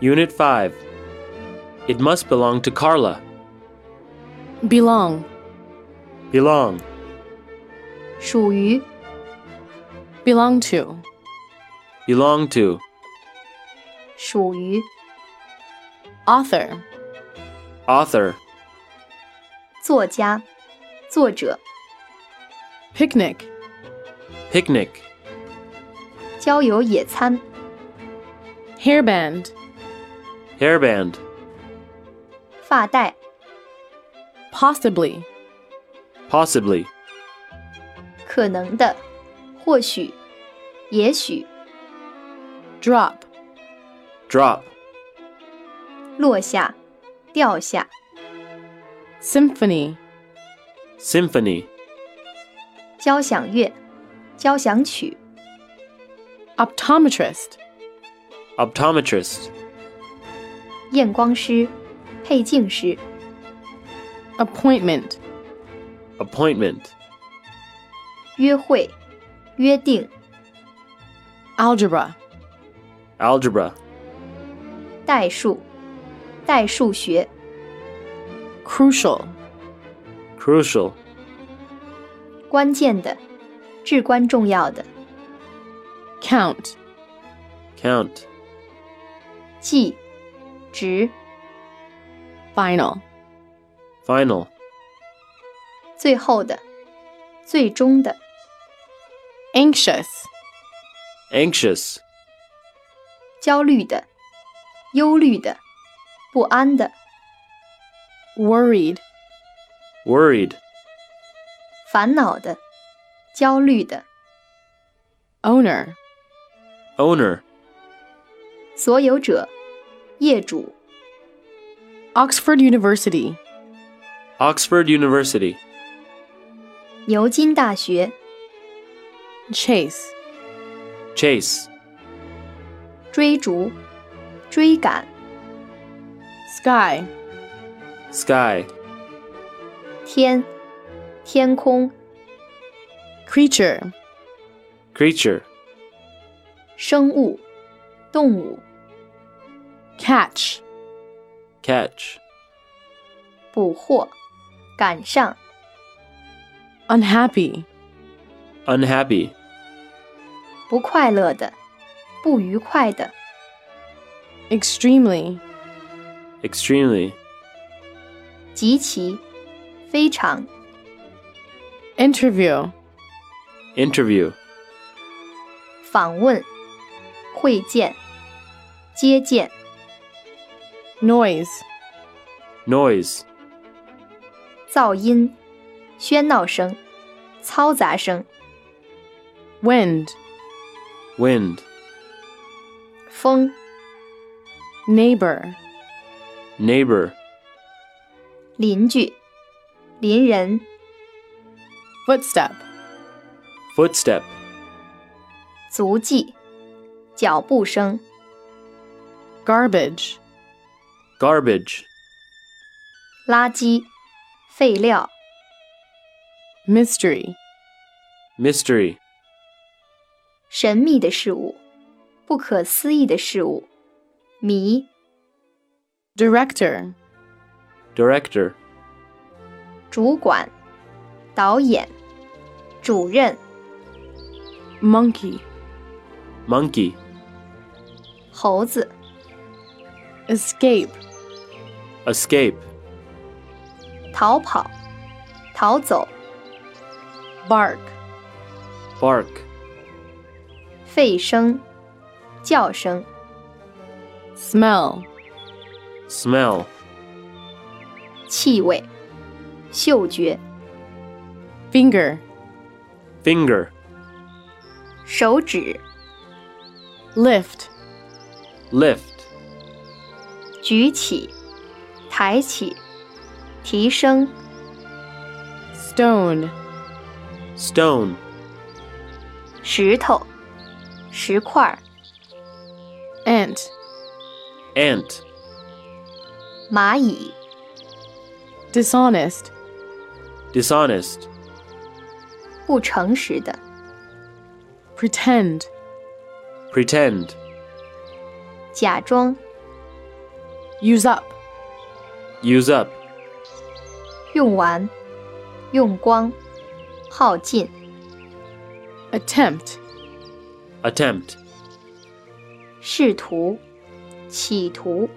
Unit 5. It must belong to Carla. belong, Belong. 属于、 belong to, Belong to. 属于、 author, Author. 作家、作者、 picnic, Picnic. 郊游野餐、 hairband, Hairband. 发带、 possibly, Possibly. 可能的、或许、也许、 drop, Drop. 落下、掉下、 symphony, Symphony. 交响乐、交响曲、 optometrist, Optometrist. 验光师、配镜师、 appointment, Appointment. 约会、约定、 algebra, Algebra. 代数、代数学、 crucial, Crucial. 关键的、至关重要的、 count, Count. 计、值、 final, Final. 最后的、最终的、 anxious, Anxious. 焦虑的、忧虑的、不安的、 worried, Worried. 烦恼的、焦虑的， owner, Owner. 所有者、业主、 Oxford University, Oxford University. 牛津大学、 chase, Chase. 追逐、追赶、 sky, Sky. 天、天空、 creature, Creature. 生物、动物、 catch, Catch. 捕获、赶上、 unhappy, Unhappy. 不快乐的、不愉快的、 extremely, Extremely. 极其、非常、 interview, Interview. 访问、会见、接见、 noise, Noise. 噪音、喧闹声、嘈杂声、 wind, Wind. 风、 neighbor, Neighbor. 邻居、邻人、 footstep, Footstep. 足迹、脚步声、 garbage, Garbage. 垃圾、废料、 mystery, Mystery. 神秘的事物、不可思议的事物、谜、 director, Director. 主管、导演、主任、 monkey, Monkey. 猴子、 escape, Escape. 逃跑、逃走、 bark, Bark. 吠声、叫声、 smell, Smell. 气味、嗅觉、 finger, Finger. 手指、 lift, Lift. 举起、抬起、提升、 stone, Stone. 石头、石块儿、 ant, Ant. 蚂蚁、 dishonest, Dishonest. 不诚实的、 pretend, Pretend. 假装、 use up, use up, 用完、用光、耗尽、 attempt, attempt, 试图、企图、